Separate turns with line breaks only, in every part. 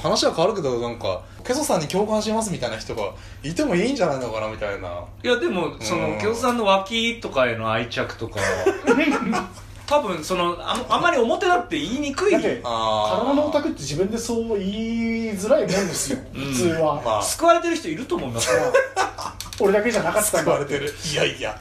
話は変わるけどなんかケソさんに共感しますみたいな人がいてもいいんじゃないのかなみたいない
やでもそ
うん
の京都さんの脇とかへの愛着とか 多分そのああまり表だって言いにくい
だって
あ
体のオタクって自分でそう言いづらいもんですよ
うん
普通は、
まあ
救われてる人いると思いますよ、
俺だけじゃなかったん
救わ
だ
れてるいやいや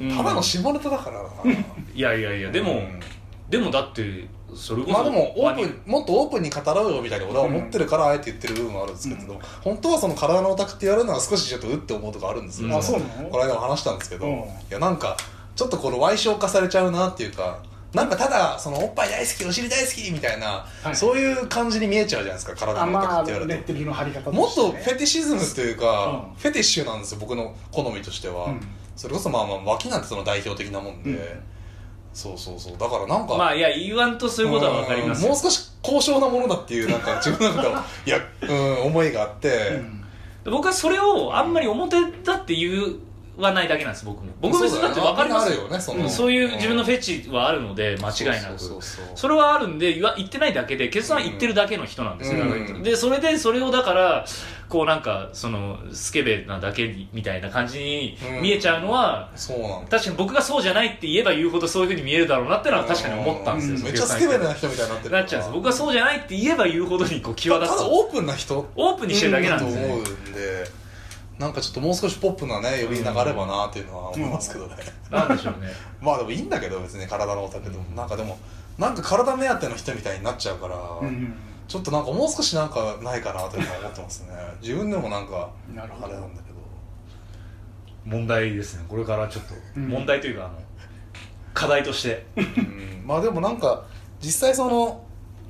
うん
ただの下ネタだからない
やいやいやでも、
うん
でもだってそれこそ
まあでもオープ
兄
ンもっとオープンに語ろうよみたいに俺は思ってるからあえて言ってる部分もあるんですけど、本当はその体のオタクってやるのは少しちょっとうって思うとかあるんですよ、
うん
あそうな
こ
の
の間も話したんですけど、
うん
いやなんかちょっとこの矮小化されちゃうなっていうかなんかただそのおっぱい大好きお尻大好きみたいな、
はい
そういう感じに見えちゃうじゃないですか体
あ
のオタ
ま
ク
あ
って
レ
言われ
ッ
て
テルの貼り方
もっと
ね
フェティシズムというか、
うん
フェティッシュなんですよ僕の好みとしては、
うん
それこそまあまあ脇なんてその代表的なもんで、
うん
そうそうそうだからなんか、
まあいや言わんとそういうことは分かります
うん
よ
もう少し高尚なものだっていうなんか自分の 中でいや、うん、思いがあって、
うん
僕はそれをあんまり表だって言わないだけなんです僕も僕も別にだって分かります
そうだよねみんなあるよねその、
うんそういう自分の
ん
フェチはあるので間違いなく
そうそうそう
それはあるんで言わ言ってないだけで決断言ってるだけの人なんですよ、
うん
だからでそれでそれをだからこうなんかそのスケベなだけみたいな感じに見えちゃうのは、
そうなんだ
確かに僕がそうじゃないって言えば言うほどそういうふうに見えるだろうなってのは確かに思ったんですよ、
うめっ
竹
ちゃ
内
ス
さん
ケ
言っ
ベ
て
な人みたいになってる
なっちゃうんです僕がそうじゃないって言えば言うほどにこう際
た
立つ
だオープンな人
オープンにしてるだけなん
と
です
思
よ、
うんでなんかちょっともう少しポップなね呼び名があればなっていうのは思いますけどね、
なんでしょうね
まあでもいいんだけど別に体のオタクでも、なんかでもなんか体目当ての人みたいになっちゃうから、
うん
ちょっとなんかもう少しなんかないかなというのは思ってますね自分でもなんか
なるほど
あれなんだけど
問題ですねこれからちょっと、
うん
問題というかあの課題として
うんまあでもなんか実際その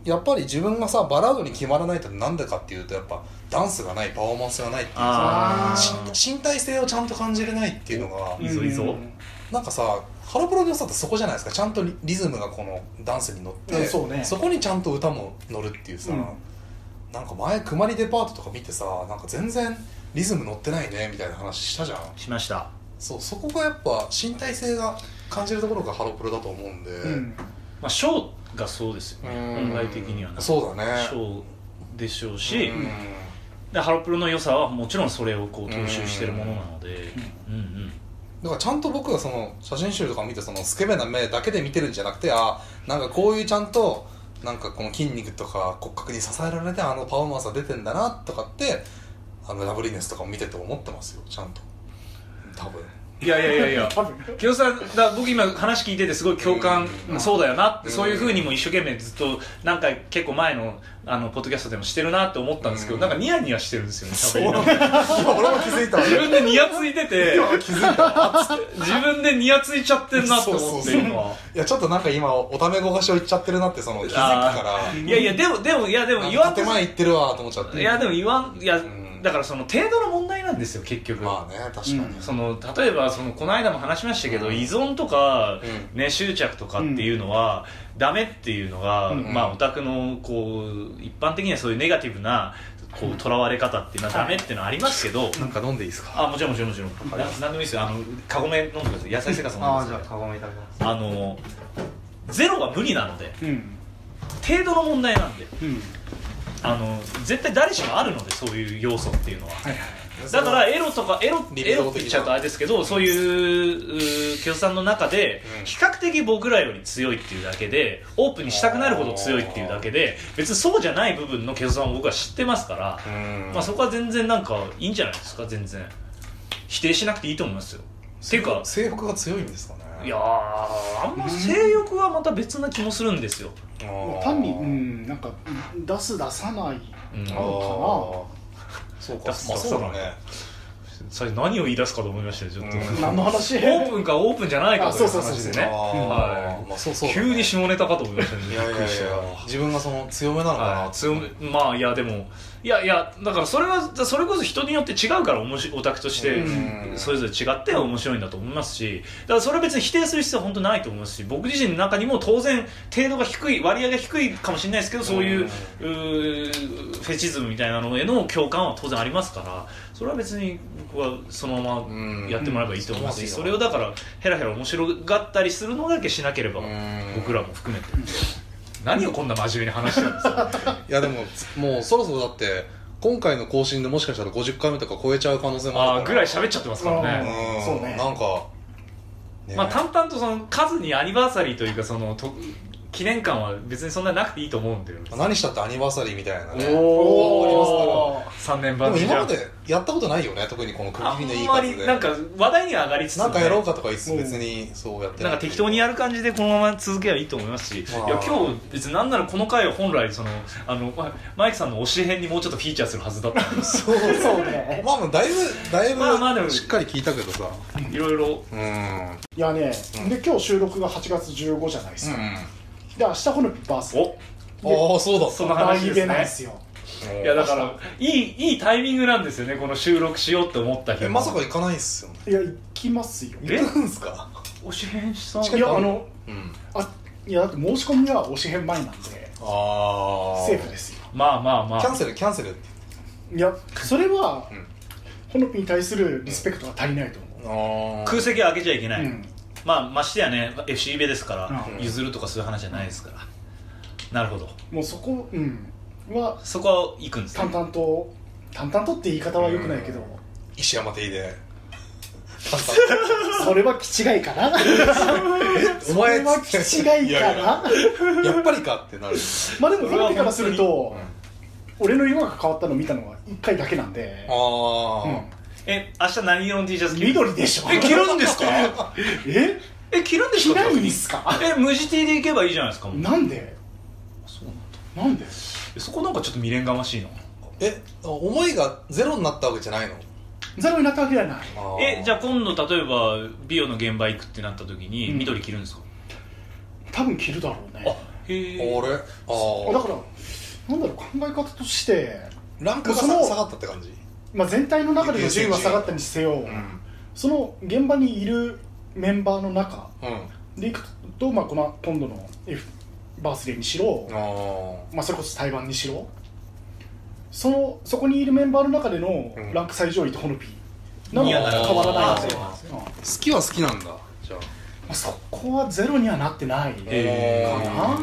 やっぱり自分がさバラードに決まらないとなんでかっていうとやっぱダンスがないパフォーマンスがないっていう
あ
し
ー
身体性をちゃんと感じれないっていうのが、
いいぞいいぞ
うん
なんかさハロプロの良さってそこじゃないですかちゃんとリリズムがこのダンスに乗って、
うんそうね
こにちゃんと歌も乗るっていうさ、
うん
なんか前くまりデパートとか見てさなんか全然リズム乗ってないねみたいな話したじゃん
しました
そうそこがやっぱ身体性が感じるところがハロプロだと思うんで、
うん
まあショーがそうですよね
うん
本来的にはね
そうだね
ショーでしょうし、
うん
でハロプロの良さはもちろんそれをこう踏襲してるものなので、うんうん
だからちゃんと僕がその写真集とか見てそのスケベな目だけで見てるんじゃなくてあなんかこういうちゃんとなんかこの筋肉とか骨格に支えられてあのパフォーマンスが出てんだなとかってあのラブリーネスとかも見てて思ってますよちゃんと多 分
いやいやいやいや
多分
清さんだ僕今話聞いててすごい共感、
うん
そうだよなって、
うん
そういうふうにも一生懸命ずっとなんか結構前のあのポッドキャストでもしてるなって思ったんですけど、
うん
なんかニヤニヤしてるんですよね喋
今
りながら
俺も気づいたわ
自分でニヤついてて
気づいた
自分でニヤついちゃってるなと思って
そうそうそう
今は。
いやちょっとなんか今おためごかしを言っちゃってるなってその気づくか
あーいやいやでもでもいやで
ら
も
なん
言わ
か
んと
建前言ってるわと思っちゃって
いやでも言わんいや、
ん
だからその程度の問題なんですよ結局、
まあね確かに、
うん
その例えばそのこの間も話しましたけど、
うん
依存とか、
う
ね、執着とかっていうのは、ダメっていうのが、
うん
まあオタクのこう一般的にはそういうネガティブなこうとらわれ方っていうのはダメっていうのはありますけど、
なんか飲んでいいですか
あもちろんもちろんもちろん、ななんでもいいですよあのカゴメ飲んでください野菜生活飲んで
ああ
く
じゃ
だ
あ
さい
カゴメいただきます
あのゼロは無理なので
うん
程度の問題なんで
うん
あの絶対誰しもあるのでそういう要素っていうのは
はいはい
だからエロとかエロ
リベ
エ
ロ的な
ロって言っちゃうとあれですけどそういううー清さんの中で
うん
比較的僕らより強いっていうだけでオープンにしたくなるほど強いっていうだけで別にそうじゃない部分の清さんを僕は知ってますから、
うん
まあ、そこは全然なんかいいんじゃないですか全然否定しなくていいと思いますよっていうか
制服が強いんですかね
いやーあんま性欲はまた別な気もするんですよ、
あー
単にうんなんか出す出さない
うん
あーそうかま
出
あ
す出さな
そ
い
うだね
最初何を言い出すかと思いましたよちょっと、
うん
何の話
オープンかオープンじゃないか
あ
とい
そううそうそう
話で
あ
ねは
ー
い
まあそうそうだね
急に下ネタかと思いましたね
いやいやい
びっくりした
や自分がその強めなのかな
はい
って
強
思
い
って
まあいやでもいやいやだからそれはそれこそ人によって違うからおもしオタクとして
うん
それぞれ違って面白いんだと思いますしだからそれは別に否定する必要は本当ないと思いますし僕自身の中にも当然程度が低い割合が低いかもしれないですけどそういううーフェチズムみたいなのへの共感は当然ありますからそれは別に僕はそのまま
うん
やってもらえばいいと思いますし、
うん
それをだからヘラヘラ面白がったりするのだけしなければ、
うん
僕らも含めて、 何をこんな真面目に話してるんですか
いやでももうそろそろだって今回の更新でもしかしたら50回目とか超えちゃう可能性も
あ
あ
あ
る
ぐ
から
らい喋っちゃってますからね、
うん
そうね
なんか、ね
まあ、淡々とその数にアニバーサリーというかそのと記念館は別にそんななくていいと思うんだよ
何したってアニバーサリーみたいなね
お
あります
ー
3年
か
版
らでも今ま
じゃ
でやったことないよね特にこの区
ああ
切りのい
ん
い
ま
感
り
じで
なんか話題には上がりつつ、ね、
なんかやろうかとか言いつつ別
うん
にそうやって
なんか適当にや
る
る感じでこのまま続けばいいと思いますしい
あ
や
ー
今日別になんならこの回は本来そのあのまマイクさんの教え編にもうちょっとフィーチャーするはずだったんです
そう
そう ね
まあまあだいぶだいぶ、
まあまあでも
しっかり聞いたけどさ
いろいろ
うんうん
いやね、
うん
で今日収録が8月15じゃないですか、で明日ほのバースデ
お
ああそうだ
そ
ー
の話
大
で
イ
す
ベ
ね
なんですよ
いやだからいいいいタイミングなんですよねこの収録しようって思った日
えまさか行かないっすよね
いや行きますよ
え
行くんすか
教え編さん
近
い
く
やあの
うん
あいやだって申し込みは推し編前なんで
ああ
セーフですよ
まあまあま
キャン
あ
セルキャンセルって
いやそれは、
うん
ほのぴに対するリスペクトが足りないと思う、
ああ
空席は開けちゃいけない、
うん
まあましてやね FC イベですから、
うん
譲るとかそういう話じゃないですから、なるほど
もうそこ、うん、は
そこは行くんですね
淡々と淡々とって言い方はよくないけど、
う石山邸で
それは気違いかな
お
それ
前
は気違いかな
やっぱりかってなる
まあでもほのぴからすると、
うん
俺の色が変わったの見たのは1回だけなんで、
あ
う
あ、
ん、
え明日何色の T シャツ着る
緑でしょ
え着るんですか
え
え着るんです
着
か
ないんですか
え無地 T で行けばいいじゃないですかもう
なんで
そうなんだ
なんで
えそこなんかちょっと未練がましいな
え思いがゼロになったわけじゃないの
ザロになったわけじゃない
えじゃあ
あ
今度例えば美容の現場行くってなった時に
うん
緑着るんですか、
多分着るだろうね
あへ
ー
え
俺あ
あだ
あ
からなんだろう考え方として、
ランクがさ
その
下がったって感じ
まあ、全体の中での順位は下がったにせよ、
うん
その現場にいるメンバーの中
うん
でいくと、まあ、この今度の F バースデーにしろ、
あ
まあ、それこそ台湾にしろそのそこにいるメンバーの中での
うん
ランク最上位とホノピーなの
いや
は
だ
から
変わらないので、
あーそうなんです
うんま
あ好きは好きなんだじゃあ
あ、そこはゼロにはなってない
へー
か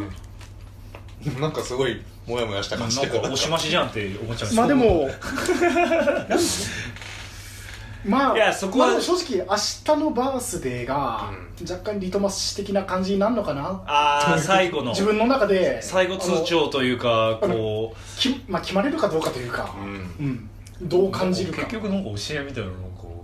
えなんかすごいモヤモヤした
な
感
ん
じで
かおしましじゃんって思っちゃうん
なまあ でもまあ
いやそこは
まあでも正直明日のバースデーが
う
若干リトマス的な感じになるのかな
ああ最後の
自分の中で
最後通帳というかこう
あのき、まあ、決まれるかどうかというか、
うん
うんどう感じるか
結局なんか教えみたいなのこ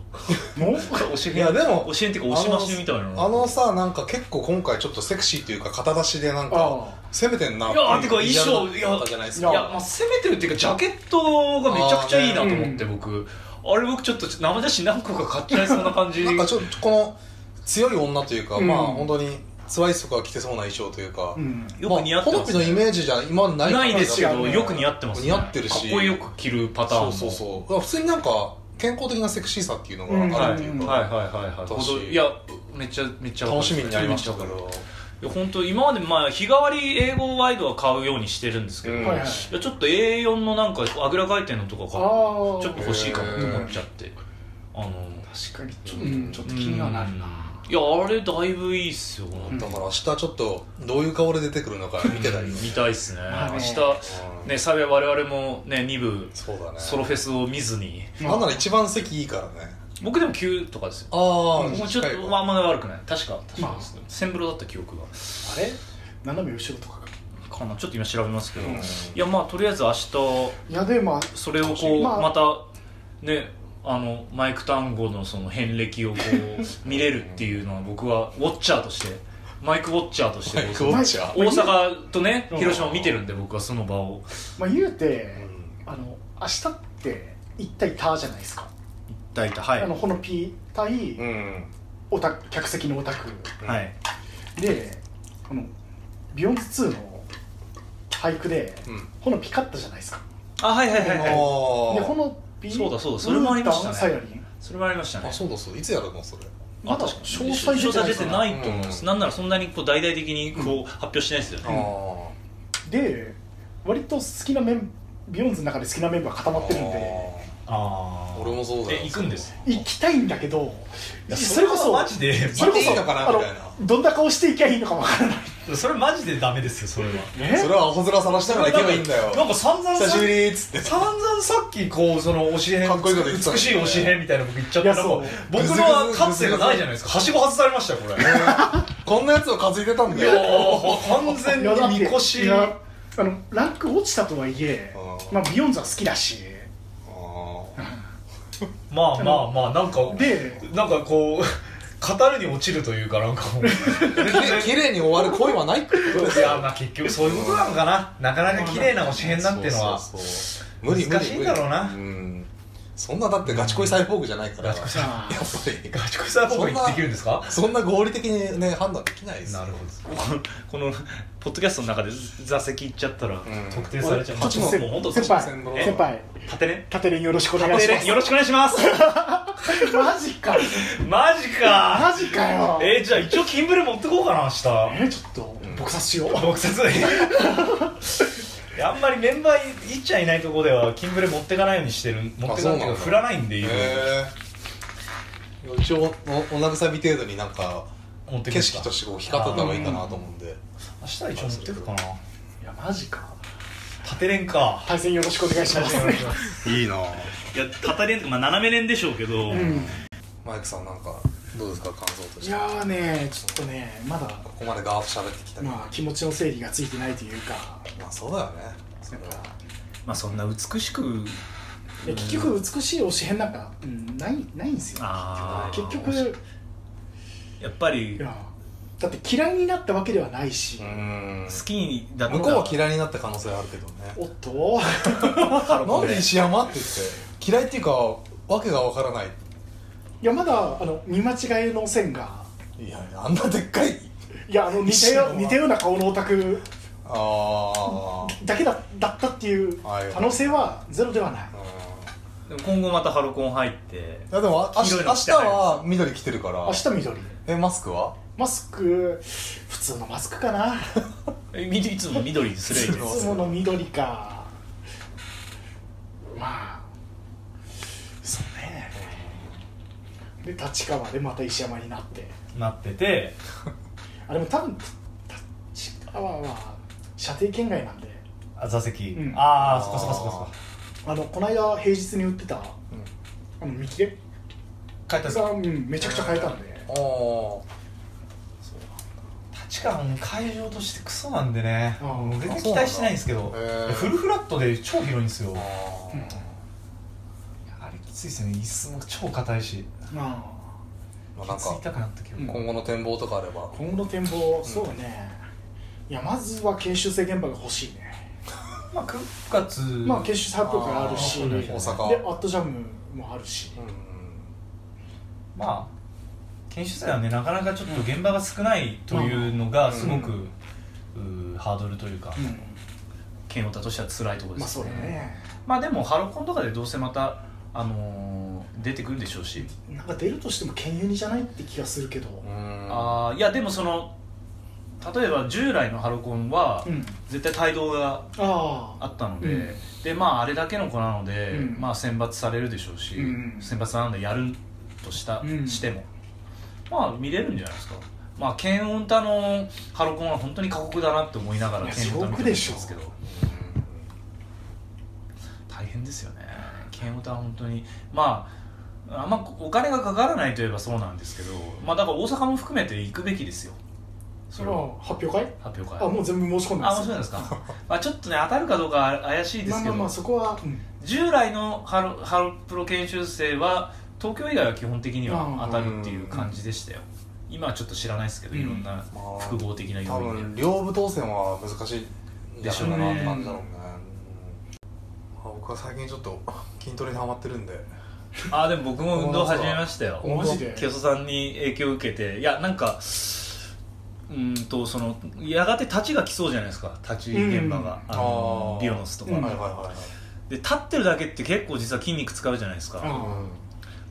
もう
う教え
いやでも
教えっていうか押しましみたいな
あのさなんか結構今回ちょっとセクシーというか肩出しでなんか
あ
攻めてんなっ
いやてか
いう
衣装
ビジュアルだったじゃないです
い
か
や、
いや
まあ、攻めてるっていうかジャケットがめちゃくちゃいいなと思って
あーね
僕あれ僕ちょっと生写真何個か買っちゃいそうな感じ
なんかちょっとこの強い女というか、
うん
まあ本当にスワイスとか着てそうな衣装というか、
あうん
よく似合って
まあ
ま
好
す
みのイメージじゃ今までない
ないですけど
違うね
よく似合ってますね
似合ってるし
かっこよく着るパターン
そ
も
うそうそうだから普通になんか健康的なセクシーさっていうの
うん
があるっていうか、
う
はいはいはいはいほんといやめっちゃめっちゃ
楽しみになりましたから
いや本当今までまあ日替わり英語ワイドは買うようにしてるんですけど、
うん
い
はいはい
やちょっと A4 のなんかあぐらかいてんのとか買
あ
う
ー
ちょっと欲しいかもと思っちゃってあの
確かにち
う
ょ,、
ん
うん、ちょっと気にはなるな、
いやあれだいぶいいっすよ、
うん
だから明日ちょっとどういう顔で出てくるのか見てたり、うん
見たいっすね
まあね
明日ね幸い我々もね2部
そうだね
ソロフェスを見ずに
なんなら一番席いいからね
僕でも9とかですよ
ああ、
もうちょっ
近い
とま
わ
あまあ悪くない確か確
ま
か
あ
ですねセンブロだった記憶が
あれ斜め後ろとかか
かなちょっと今調べますけど、
うん
いやまあとりあえず明日
いやでまあ
それをこう、
まあ
またねあのマイク・タンゴのその遍歴をこう見れるっていうのは僕はウォッチャーとしてマイク・ウォッチャーとして
マイクウォッチャー
大阪とね
うん
広島を見てるんで僕はその場を
まあ言うて、
うん
あの明日って一対ターじゃないですか、
大体は
あのほのピー対
うん
オタク客席のオタク
はい
でこのビヨンズ2の俳句で、
うん
ほのピカッタじゃないですか
あはいはいはい
あ
はい
ー
でほのピ
そうだそうだそれもありましたね
ウータンサヤリン
それもありましたね
あそうだそういつやるのそれ
あ確かに詳細出てない
ですね
と思います、
うん
なんならそんなにこう大々的にこう発表してないですよね、
あ
で割と好きなメンビヨンズの中で好きなメンバー固ま
あ
ってるんで
あ
俺もそうだよ
え行くんです
行きたいんだけど
いや
それこそ
はマジで
それこそいいのかなみたいな
あのどんな顔していきゃいいのかわからない
それマジでダメですよそれは
え
それは青空探しながら行けばいいんだよ
なんか散々さ
久しぶりっつって
散々さっきこうその推し編
かっこいいこと言ってたね
美しい推し編みたいな僕言っちゃった
い
ら
や
もう
そう
僕のはかつてがないじゃないですかはしご外されましたよこれ い
こんなやつを担いでたんだ
や
よ
ー完全
いやだって
にみこし
いやあのランク落ちたとはいえ
あー
まあビヨンズは好きだし
あ
まあまあまあなんか
で
なんかこう語るに落ちるというかなんかもう
ーき綺麗に終わる恋はないってことです
い
よ
やまあ結局そういうことなのかななかなか綺麗な推し編なんてのは
そうそうそう無理無理無理
難しいんだろうなん
そんなだってガチ恋サイボーグじゃないから
ガチ恋サ
やっ
さ
ぱ
あ
り
ガチ恋さん僕ができるんですか
そんな合理的にね判断できないです
なるほどこのこのポッドキャストの中で座席行っちゃったら、
ん
特定されちゃう
こっちも
もう本当
先
そっちの線路
輩
だ
先輩
縦ね
縦連よろしくお願い
縦
しま
ね
す
よろしくお願いします
マジか
マジか
マジかよ
えー、じゃあ一応キンブレ持ってこうかな明
えちょっと
うん
撲殺しよう
日僕説明あんまりメンバーいっちゃいないとこではキンブレ持ってかないようにしてる持ってか
あそうな
ないっていう
ん
か
だ
振らないんでいい
へえ一応おお慰み程度になんか
持ってく
景
んすか
色としてこう光ってた方がいいかなと思うんで
明日は一応持ってくかない
やマジか
縦連か
対戦よろしくお願いします
いいない
や縦連まあ斜め連でしょうけど、
うん
マイクさんなんかどうですか感想とし
い
て
や
こ
ーねちょっとねまだ
こまでガーッと喋ってきたけど
まあ気持ちの整理がついてないというか
まあそうだよねそ
や
れ
っ
は
ぱ
まあそんな美しく
いや結局美しい推し編なんか、うん、ないないんですよ
あー
結局い
やっぱり
やだって嫌いになったわけではないし
う、ーん
好きだった
向こうは嫌いになった可能性あるけどね
おっ と
なんで石山って言って嫌いっていうかわけがわからない
いやまだあの見間違えの線が
いやあんなでっかい
いやあの似た
石
よ
の
似たような顔のオタク
あー
だけだだったっていう
はいはい
可能性はゼロではない
うん
でも今後またハロコン入って
いやでもあ明日
黄
明日
色いの着てない
は緑着てるから
明日緑
えマスクは
マスク普通のマスクかな
えみいつも緑にすりゃいい
い
の
つもの緑かまあそうねで立川でまた石山になって
なってて
あれも多分立川は射程圏外なんで
あ座席、
うん
ああそっかそっかそっかそっか
あのこの間平日に売ってたあ
うん
の見切れ
変えたんです
さ
か
んうんめちゃくちゃ変えたんで
お
立川も会場としてクソなんでね
あー
もう全然期待してないんですけど
あそうなんだへー
フルフラットで超広いんですよ
あ
うん
あれきついですね椅子も超硬いし
ま
まあなん
きつい
か
たくなったけど、
うん
今後の展望とかあれば
あ今後の展望そうねいやまずは研修生現場が欲しいね
まあ9月
まあ研修発表会あるし
あー
で
大
ア
阪
ットジャムもあるし
うん
まあ研修生はねなかなかちょっと現場が少ないというのがすごく、うーハードルというか
うん
県オタとしては辛いところで
まあ
す
そう
よ
だね
まあでもハロコンとかでどうせまた、あのー出てくるでしょうし、
なんか出るとしても県ユニじゃないって気がするけど
うん
ああいやでもその例えば従来のハロコンは
うん
絶対帯同が
あ
あったので、
うん
でまああれだけの子なので、
うん
まあ選抜されるでしょうし、
うん
選抜なのでやるとした、
うん
してもまあ見れるんじゃないですかまあ検温歌のハロコンは本当に過酷だなって思いながら
いや
検温歌見て
地
んです
獄
け
で
ど大変ですよね検温歌は本当にまああんまお金がかからないといえばそうなんですけどまあだから大阪も含めて行くべきですよ
あ
そ
そ
れ
れ
は
は発表会
発表会
あもう全部申し込んで
あ
ま
面
す
白いですかまあちょっとね当たるかどうか怪しいで
ますあ
け
まあ
ど
まあそこはうん
従来のハロハロプロ研修生は東京以外は基本的には当たるっていう感じでしたよ今はちょっと知らないですけど、
うん
いろんな複合的な
多
要因
分
で
両部当選は難しい
でしょうね
だなって感じだろうねうんあ僕は最近ちょっと筋トレにハマってるんで
ああでも僕も運動始めましたよ
マジで
ケソさんに影響を受けていやなんかうーんとそのやがて立ちが来そうじゃないですか立ち現場が、
う
あの
ー
ビヨンスとか、
うん
はいはいはいはい
で立ってるだけって結構実は筋肉使うじゃないですか、
うん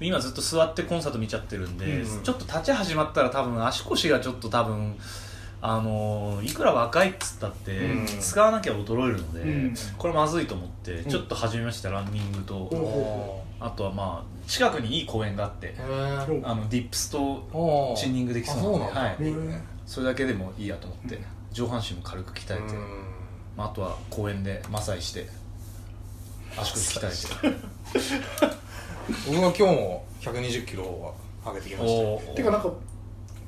今ずっと座ってコンサート見ちゃってるんで、
うん
ちょっと立ち始まったら多分足腰がちょっと多分あのーいくら若いっつったって、
うん
使わなきゃ衰えるので、
うん
これまずいと思って、
ん
ちょっと始めましたランニングと、
うん
あとはまあ近くにいい公園があって、
あーへ
うん
あのディップスと
ー
チューニングできそう
あそう
な
なんん
で
だ
はい
いいね
それだけでもいいやと思って、
うん
上半身も軽く鍛えて、まあ、あとは公園でマサイして足腰鍛えて
僕は今日も120キロは上げてきました
おー
てかなんか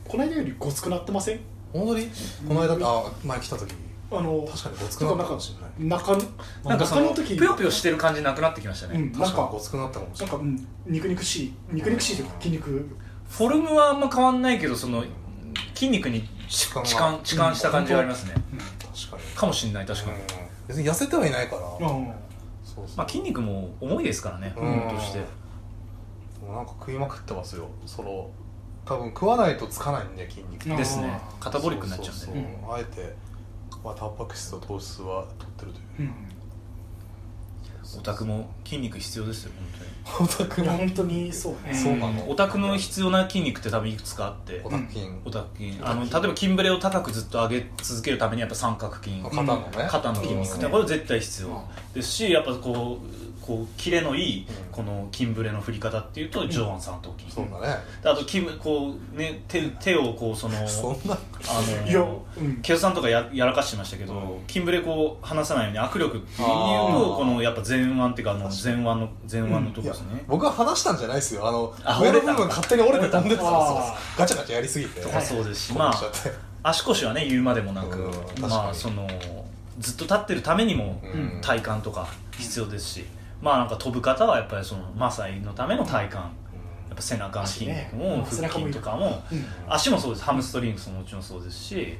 この間よりごつくなってません
本当にこの間あ前来た時
あの
確かにごつくなったかもしれない
中の
なんかそ
中
の
の時
時ぷよぷよしてる感じなくなってきましたね、
うんなん
確かに
か
ごつくなったかもしれな
なんか、
い
うん、肉肉しい肉肉しいというか筋肉
フォルムはあんま変わんないけどその筋肉に
痴漢は
痴漢痴漢した感じがありますね
確かに
かもしんない確かに、
うん別に痩せてはいないから
うん、うん
そうそう
まあ、筋肉も重いですからね
うん
本として
もうなんか食いまくってますよその多分食わないとつかないんで筋肉
うん
ですね
あー
カタボリックになっちゃうん
そ
で
そそあえて、まあ、タンパク質と糖質は取ってるという
オタクも筋肉必要ですよ
オタク
いや
も
本当にそうね
本当に
そうなの
んオタクの必要な筋肉って多分いくつかあって
オタク筋、
オタク筋あの例えば筋ブレを高くずっと上げ続けるためにやっぱ三角筋
肩のね、
肩の筋肉って
うん
これ絶対必要
うん
ですしやっぱこうこうキレのいい
うん
この筋ブレの振り方っていうと上腕三頭筋
そうだね、
あと筋こうね手手をこうその
そんな
あの
いや、うん、
ケイさんとかややらかしてましたけど、
うん
キンブレこう離さないように握力っていう
あ
と
ー
このやっぱ前腕っていうかあの
確
前腕の前腕のとこ
いや
ですね、
僕は話したんじゃないですよあの
あ
上の
折れ
部
た
分勝手に折れて飛んでった
あー
そうそうガチャガチャやりすぎて
と
こ
かそうですし、
う
ま
なっちゃっ
あ
て
足腰はね言うまでもなく、
うん確かに
まあそのずっと立ってるためにも
うん
体幹とか必要ですし、まあなんか飛ぶ方はやっぱりそのマサイのための体幹やっぱ背中の筋肉
足ね
も腹筋とかも
うん
足もそうですハムストリングスももちろんそうですし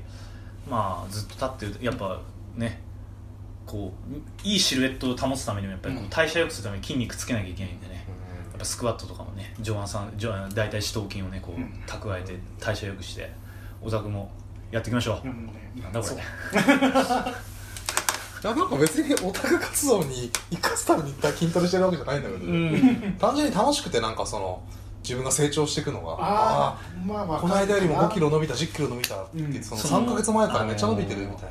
まあずっと立ってるやっぱねこういいシルエットを保つためにもやっぱりこう
うん
代謝良くするために筋肉つけなきゃいけないんでねやっ
う
ぱスクワットとかもね上腕さん上腕大体四頭筋をねこ
うん
う蓄えて代謝良くして小田君もやっていきましょ
いうやもうね
なんだこ
そう
れ
んいやなんか別にオタク活動に生かすために一回筋トレしてるわけじゃないんだけど、
うん
単純に楽しくてなんかその自分が成長していくのが
ああまあま
あ
あ
ーこの間よりも5キ
ロ
ロ伸びた1 0キロ伸びたって言って、
うん
その
その
3か月前からめっちゃ伸びてるみたいな、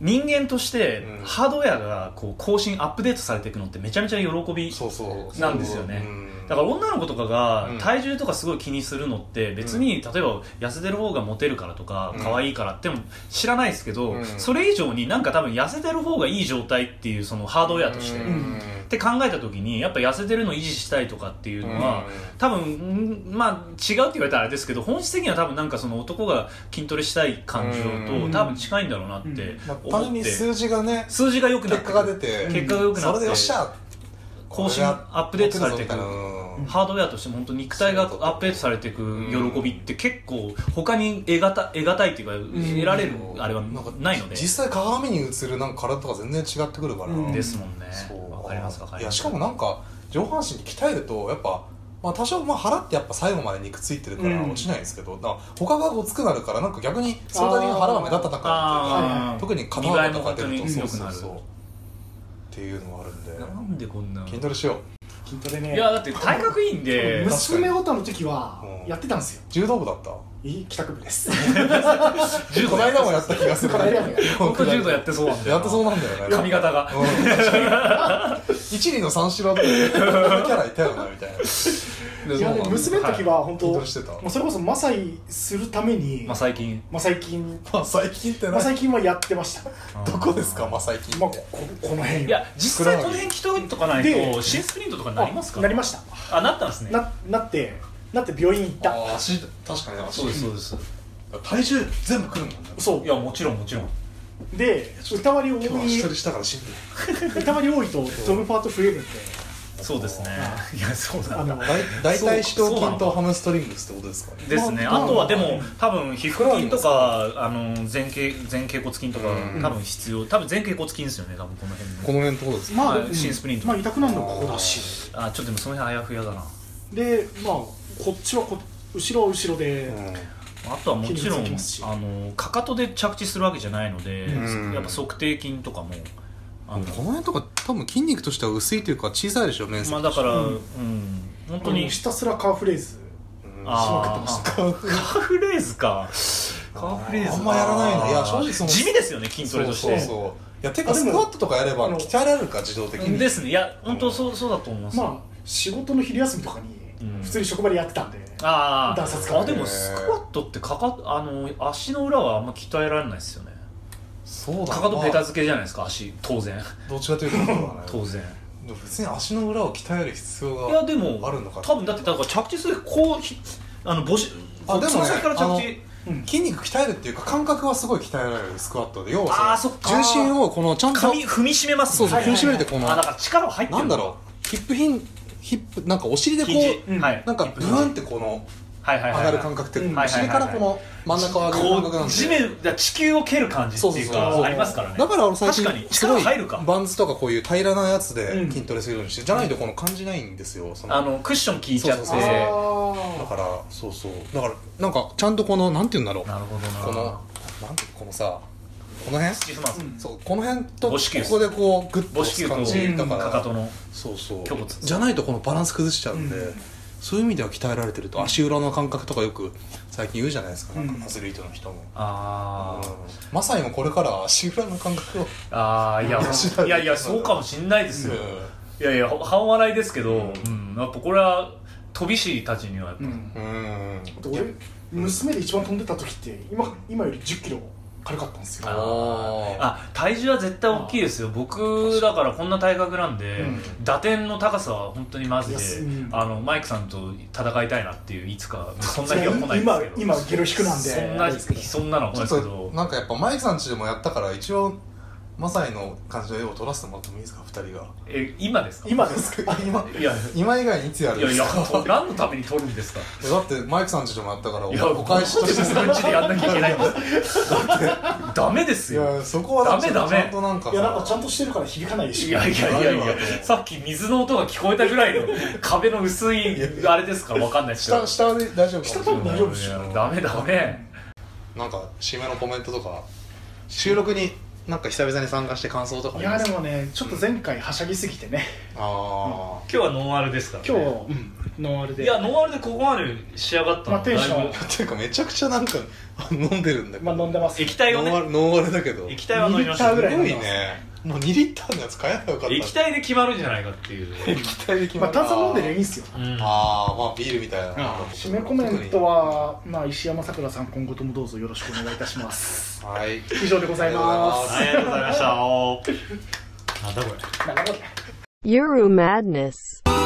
人間として
うん
ハードウェアがこう更新アップデートされていくのってめちゃめちゃ喜び
そうそう
なんですよね
うん
だから女の子とかが
うん
体重とかすごい気にするのって別に例えば痩せてる方がモテるからとか
うん
可愛いからっても知らないですけど
うん
それ以上になんか多分痩せてる方がいい状態っていうそのハードウェアとして
う
っ
ん
て考えた時にやっぱ痩せてるのを維持したいとかっていうのは多分んまあ違うって言われたらあれですけど本質的には多分なんかその男が筋トレしたい感情
う
と
ん
多分近いんだろうなって
まあ、単純
思っ
に
て
数字がね
数字が良くな
結
っ
果
て
が出て、
結果が良くな
そ
っ
れでよってしゃ
更新アップデートされていく
これがモテるぞみたいなうん
ハードウェアとしても本当肉体がアップデートされていく喜びって結構他に得がた得がたいっていうか、得られるあれはないので
実際鏡に映るなんか体とか全然違ってくるから、
うん
ですもんね
そう
わかりますかわか
い
り
や
ます
しかもなんか上半身に鍛えるとやっぱ、まあ、多少まあ腹ってやっぱ最後まで肉ついてるから
うん
落ちないんですけど、なんか他がごつくなるからなんか逆にそれなりに腹が目立たなくなるっていうか
あー
特に肩幅とか出
見栄
ると
えも本当
そう
に
そう
良く
そう
なる
っていうのがあるんで
なんでこんな
筋トレしよう
筋トレね
いやだって体格いいん で
娘オタの時は
うん
やってたんですよ
柔道部だった
いい帰宅部です
柔道
この間もやった気がする
この間もやった
本当柔道やってそうなんだよ
やってそうなんだよね
髪型が
うん確かに一二の三四郎とかでこんなキャラいたよなみたいな
いやで娘の時は本当、
筋トレしてた
もうそれこそマサイするために
まあ最近
マサイ筋
まあ最近って
マ
な
サイ筋はやってました
どこですかまあ最近
まあ
っ
こ
て
ここの辺よ
いや実際この辺着とかないと新スプリントとかになりますか
あなりました
あなったんですね
ななってなって病院行った
あー足確かに足
そうですそうです
体重全部くるもんね
そ
いやもちろんもちろん
うで歌割り多
今日は足トレ
い
したから死んでる
歌割り多いとドブパート増えるんで
そうですねいやそう
あ
なんだ
の
大体四頭筋とハムストリングスってことですかね
ですね、
まあ
あとはで
まあ
も多分皮膚筋とかあの前頸前頸骨筋とか
うん
多分必要多分前頸骨筋ですよね多分この辺の
この辺のところです
まあ、
はい
うん
新スプリント
まあ痛くなるのはここだし
あちょっとでもその辺あやふやだな
でまあこっちはこ後ろは後ろで、
あとはもちろん
筋肉つきますし
あのかかとで着地するわけじゃないので、
うん
やっぱ測定筋とかもあの、
この辺とか多分筋肉としては薄いというか小さいでしょ面積
まあだから、う
うん
ん本当
も
に
うひたすらカーフレーズ
あ
しまくってま
あーカ
し
ーフレーズかカーフレーズ
あんまやらないのいや正直その
地味ですよね筋トレとし
そう
て
そうそういやてか
あで
ス
も
クワットとかやれば
あの
鍛えられるか自動的に
ですねいや本当そうそうだと思います、
まあ仕事の昼休みとかに
うん
普通に職場でやってたんで、
あー
段差使って
あでもスクワットってかかあの足の裏はあんま鍛えられないですよね
そうだな
かかとペタ
まあ
付けじゃないですか足当然
どっちかというとそうだね
当然
でも別に足の裏を鍛える必要が
いやでも
あるのか
多分だってだから着地するこうひあの母子
あでもね
つま先から着地
うん
筋肉鍛えるっていうか感覚はすごい鍛えられるスクワットで要
あ
は
ー
そ
そっ
の
か
重心をこのちゃんと
髪踏みしめます
そうそう
はいは
踏
いはい
みしめるってこの
あだから力は入ってる
なんだろうヒップヒンヒップなんかお尻でこ
肘
う
うん
はい
なんかブーンってこの
はいはい
上
はい
がる感覚っていう
うん
かお尻からこの真ん中を上げる感覚
こ
なん
う
で
地面だから地球を蹴る感じって
そうそう
いう
そう
かありますからね
だから俺最
確かに
近すご
力入る
い
か
バンズとかこういう平らなやつ
う
で
ん
筋トレするようにしてじゃないとこの感じないんですよその
あのクッション効いちゃって
そうそうそうだからそうそうだからなんかちゃんとこのなんて言うんだろう
なるほどな
このなんてこのさこの辺
スチーフマンス
うん
そうこの辺と
母
こ
子球です
こでこうグッと
母子
押
球
す
と
感じだか
からかとの
そうそう
虚骨
じゃないとこのバランス崩しちゃうんで、
うん
そういう意味では鍛えられてると足裏の感覚とかよく最近言うじゃないですかなん
うん
かアスリートの人も、
あー
まさにもこれからは足裏の感覚を
あーいや
うん
いやいやそうかもしんないですよいやいや半笑いですけどうんやっぱこれは飛び師たちにはやっぱ
うん
うん
俺娘で一番飛んでた時って今今より1 0キロ軽かったんですよ
あ
あー
あ体重は絶対大きいですよ僕だからこんな体格なんで、
うん
打点の高さは本当にマジで
いやすうん
あのマイクさんと戦いたいなっていういつかそんな日は来ないです
今
けど
今ゲロ引くなんで
そんなそんなのは
ち
来な
ょ
いで
っ
すけ
と
ど
なんかやっぱマイクさんちでもやったから一応マサイの感じの絵を撮らせてもらってもいいですか二人が
え今ですか
今ですか今
いや
今以外にいつやる
い
んで
やい
す
や
か
何のために撮るんですか
えだってマイクさんちでもやったからお
いや
お返しとして
なんで自分家でやんなきゃいけないんですかダメです
い
よ
やそこはなんか
ダメダメ
ちゃんとなんか
いやなんかちゃ
ん
んとしてるから響かないでしょ
いやいやいやいやさっき水の音が聞こえたぐらいの壁の薄いあれですからわかんないですけど
下下で大丈夫か
下
も
多分大丈夫で
い
し
や
ょ
ダメダメ
なんか締めのコメントとか収録になんか久々に参加して感想とか
い
も
や
あ
でもねちょっと前回はしゃぎすぎてね
あ
今日はノンアルですから、
今日、ノールで
いやノンアルでここまで仕上がったの、
まあテンション
だいぶ
ーっていうかめちゃくちゃなんかあ飲んでるんだけど、
まあ飲んでます
液体を
ノンア
ね
ルノンアルだけどす
液体は飲みました
二リッター
ごい
ぐらい飲んでます
ねもう2リッターのやつ買えばよかった
液体で決まるんじゃないかっていう、
液体で決
ま
ま
あ
る
炭酸飲んでりゃいいんすよ
うん
ああまあビールみたいな
締めコメントは、まあ、石山さくらさん今後ともどうぞよろしくお願いいたします
はい
以上でございます
はいありがとうございましたなんだこれ
なんかもう
Euro Madness.